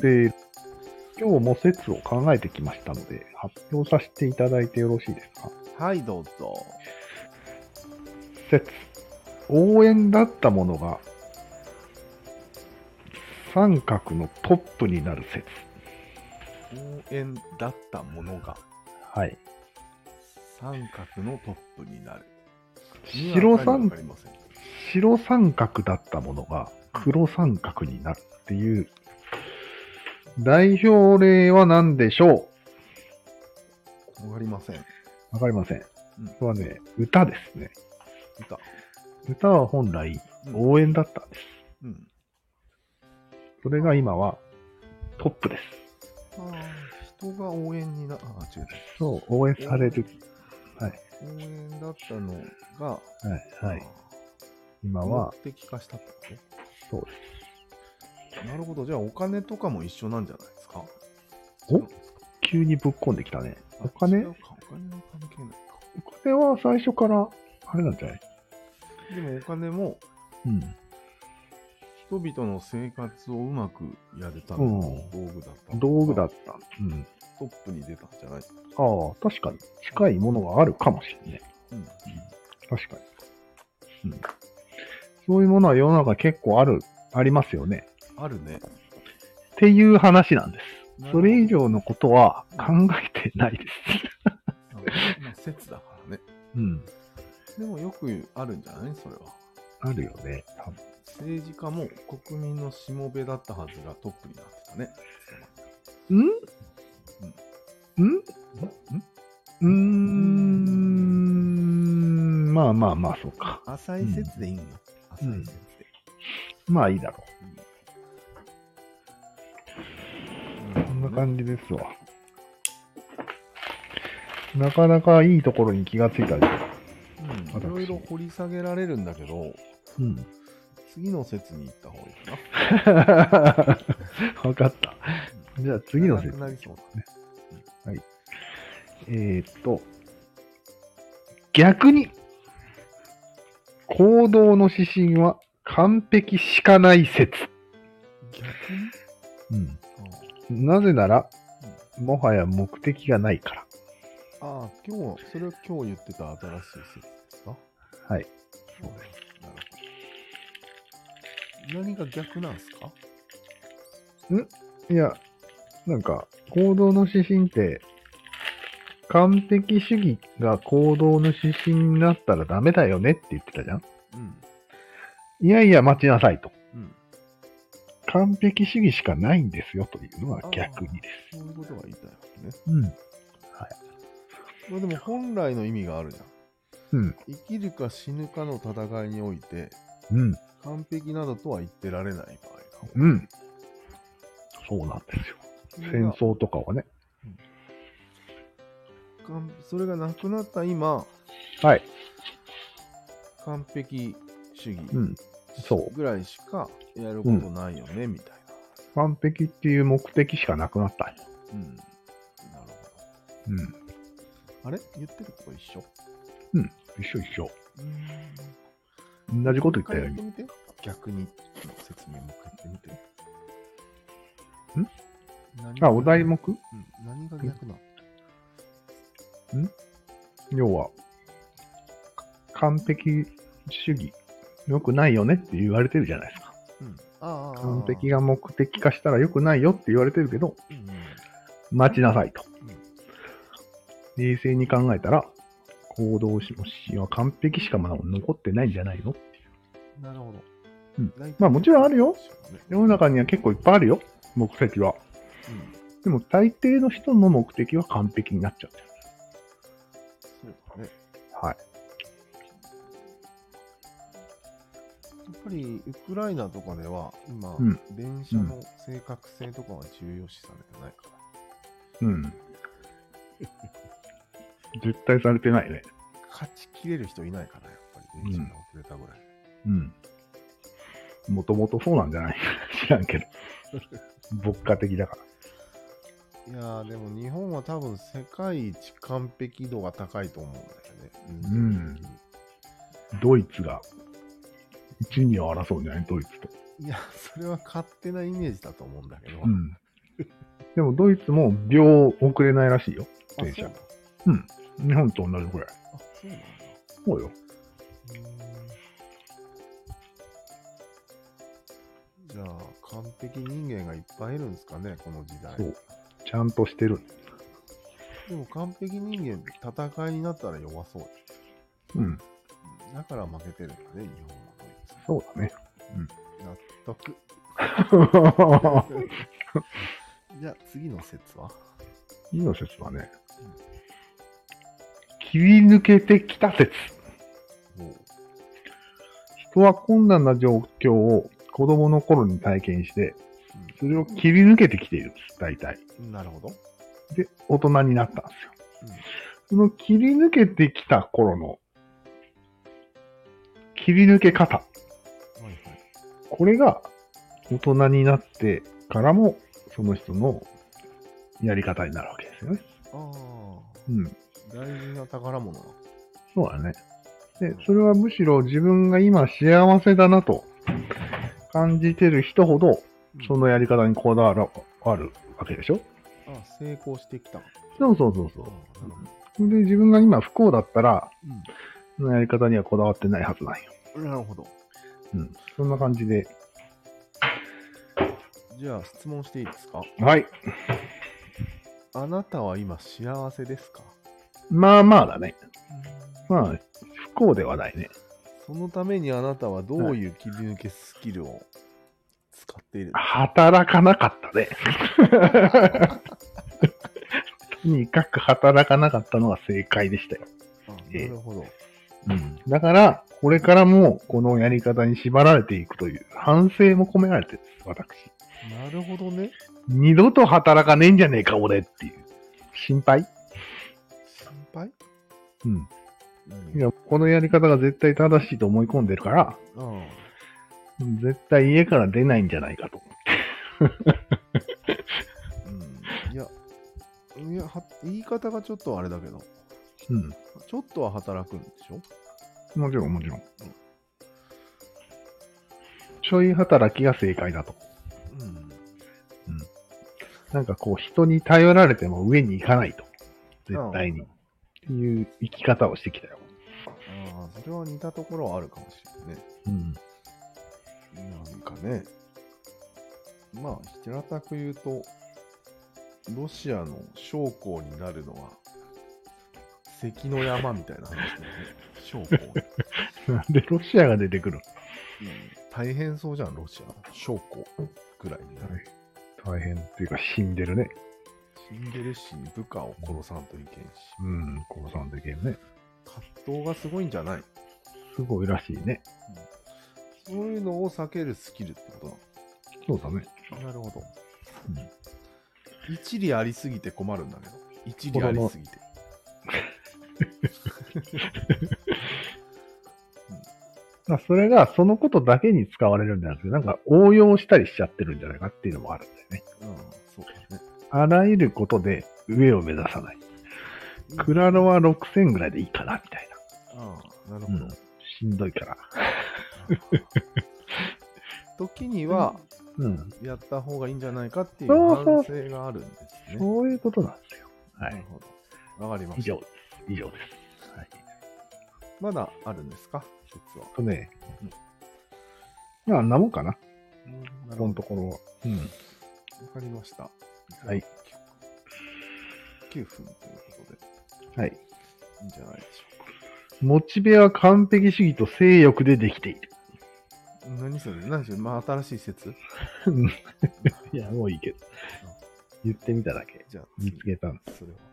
で、今日も説を考えてきましたので、発表させていただいてよろしいですか。はい、どうぞ。説。応援だったものが、三角のトップになる説。応援だったものがはい。三角のトップになる。白にわ三かりません。白三角だったものが黒三角になるっていう代表例は何でしょわかりません。うわかりません。こうん、れはね、歌ですね。歌。歌は本来うん応援だったんです。うん。それが今はトップです。ああ、人が応援にな、ああ、違うそう、応援違う。される。。はい。応援だったのが、はい。はい。今ああは、目的化したってことそうです。なるほど。じゃあ、お金とかも一緒なんじゃないですかお急にぶっこんできたね。おあ違金うかお金は関係ないか。お金は最初から、あれなんじゃないでも、お金も、うん。人々の生活をうまくやるためうんの道具だった、道具だった。うん。トップに出たんじゃない、ああ、確かに近いものはあるかもしれない。うん、確かに。うん。そういうものは世の中結構ある、ありますよね。あるねっていう話なんです。なるほどそれ以上のことは考えてないです。なんかまあ説だからねうん。でもよくあるんじゃないそれはあるよね。多分政治家も国民のしもべだったはずがトップになってたねんうーん。まあまあまあ、そうか。浅い説でいいの、浅い説で、まあいいだろうんう。こんな感じですわ。なかなかいいところに気がついたでしうんいろいろ掘り下げられるんだけどょ。うん。 次の説に行った方がいいかなわかった。じゃあ次の長説く。なりそうだねえーっと、逆に、行動の指針は完璧しかない説。逆うん、になぜなら、ああもはや目的がないから。ああ、今日、それは今日言ってた新しい説ですかはい。そうです。なるほど。何が逆なんですかいや、なんか、行動の指針って、完璧主義が行動の指針になったらダメだよねって言ってたじゃんうん。いやいや、待ちなさいと。うん。完璧主義しかないんですよというのは逆にです。そういうことが言いたいわけね。うん。まあでも本来の意味があるじゃん。うん。生きるか死ぬかの戦いにおいて、うん。完璧などとは言ってられない場合が多いうん。そうなんですよ。戦争とかはね。かんそれがなくなった今、はい。完璧主義うん。そう。ぐらいしかやることないよね、みたいな。完璧っていう目的しかなくなったんようん。なるほど。うん。あれ言ってること一緒一緒一緒。う同じこと言ったよ、言って今。みて。逆にの説明もやってみて。ん何があ、お題目うん、何が逆なの要は、完璧主義。良くないよねって言われてるじゃないですか。うん。ああ。完璧。が目的化したら良くないよって言われてるけど、うんうん。待ちなさいと。冷静に考えたら、行動しもしは完璧しかまだ残ってないんじゃないのなるほど。うん大体まあもちろんあるよ。世の中に。には結構いっぱいあるよ、目的は。うん。でも大抵の人の目的は完璧になっちゃってる。そうだね。はい。やっぱりウクライナとかでは今、うん電車の正確性とかは重要視されてないから。うん。絶対されてないね。勝ちきれる人いないから、やっぱり電車が遅れたぐらい。うん。もともとそうなんじゃない 知らんけど。牧歌的だかいやーでも日本は多分世界一完璧度が高いと思うんだよね。んら。ドイツが、一、二を争うんじゃないドイツと。いや、それは勝手なイメージだと思うんだけど、うん。でもドイツも秒遅れないらしいよ。あ、電そう車なんだ。日本と同じくらい。あ、そうなんだ。そうよ。うーんじゃあ、完璧人間がいっぱいいるんですかね、この時代。そうちゃんとしてる。でも完璧人間って戦いになったら弱そう。うん。だから負けてるんだね、日本はドイツ。そうだね。 納得。 じゃあ次の説は次の説はね、切り抜けてきた説。おう人は困難な状況を子供の頃に体験して、それを切り抜けてきているんです、大体。うんなるほど。で、大人になったんですようん。その切り抜けてきた頃の、切り抜け方。はいはい。これが大人になってからも、その人のやり方になるわけですよね。あうん。あ、大事な宝物だ。そうだね。で、それはむしろ自分が今幸せだなと感じてる人ほど、そのやり方にこだわるあるわけでしょうん、あ成功してきた。あそうそうそあなうるほどう。で、自分が今不幸だったら、そのやり方にはこだわってないはずなんよ。うん、なるほど。うん。そんな感じで。じゃあ質問していいですかはい。あなたは今幸せですかまあまあだね。まあ、不幸ではないね。そのためにあなたはどういう切り抜けスキルを使っているの、働かなかったね。 とにかく働かなかったのが正解でしたよ。あえなえるほど。うんだから、これからもこのやり方に縛られていくという反省も込められてるんです、私。なるほどね。二度と働かねえんじゃねえか、俺っていう。心配心配うん。何いや、このやり方が絶対正しいと思い込んでるから、あうん絶対家から出ないんじゃないかと。あうん、いや、いやは言い方がちょっとあれだけど、うん。ちょっとは働くんでしょもちろん、もちろん。ちょい働きが正解だと。うん。なんかこう、人に頼られても上に行かないと。絶対に。うっんていう生き方をしてきたよ。ああ、それは似たところはあるかもしれないうん。 ね。なんかね、まあ、平たく言うと、ロシアの将校になるのは、関の山みたいな話だよね。将 校、なんでロシアが出てくるのうん大変そうじゃん、ロシア。将校ぐらいになる。大変っていうか死んでるね。死んでるし、部下を殺さんといけんし、うん、高三でゲームね。葛藤がすごいんじゃないすごいらしいね。そういうのを避けるスキルってことなのそうだね。なるほど、う一理ありすぎて困るんだけど。一理ありすぎて。まあ、それがそのことだけに使われるんじゃなくて、なんか応用したりしちゃってるんじゃないかっていうのもあるんだよね。うん、そうだね。あらゆることで上を目指さない。クラロは6000ぐらいでいいかな、みたいな。ああ、なるほど。うんしんどいから。時にはうん。やった方がいいんじゃないかっていうそうそう反省があるんですね。そういうことなんですよ。はないる。ほど。わかりま以した上。以上です。はい。まだあるんですか説は。とね、まあ、あんなもんかな。うんなこるほこのど。ところは。うん。わかりました。はい。 9分ということで、はい。いいんじゃないでしょモチベは完璧主義と性欲でできている。うか。何それ何それまあ新しい説 いや、もういいけど。言ってみただけ。じゃあ見次つ、けたんでそれは。